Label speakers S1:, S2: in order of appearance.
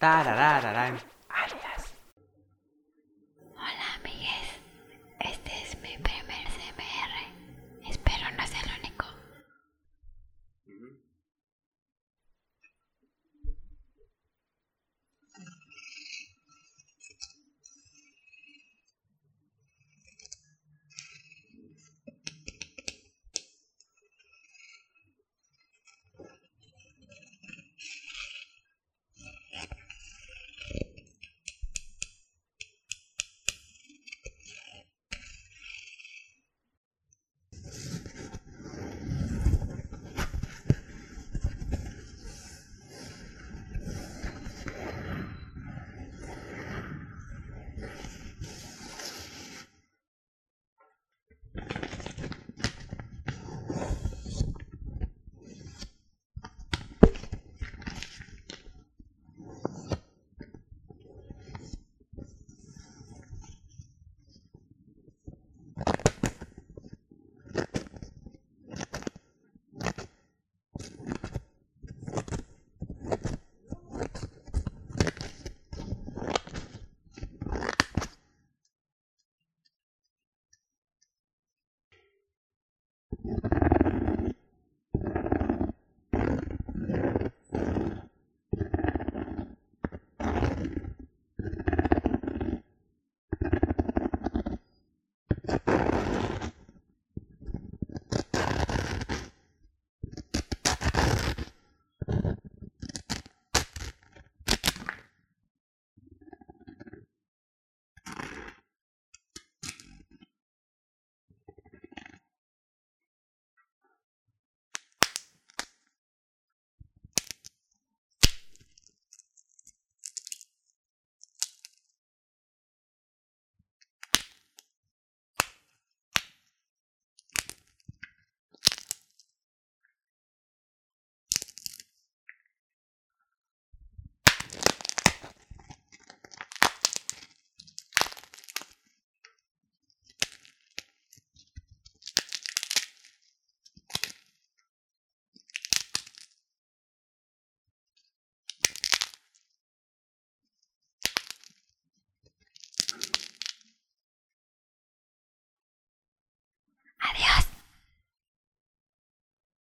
S1: Tararararam.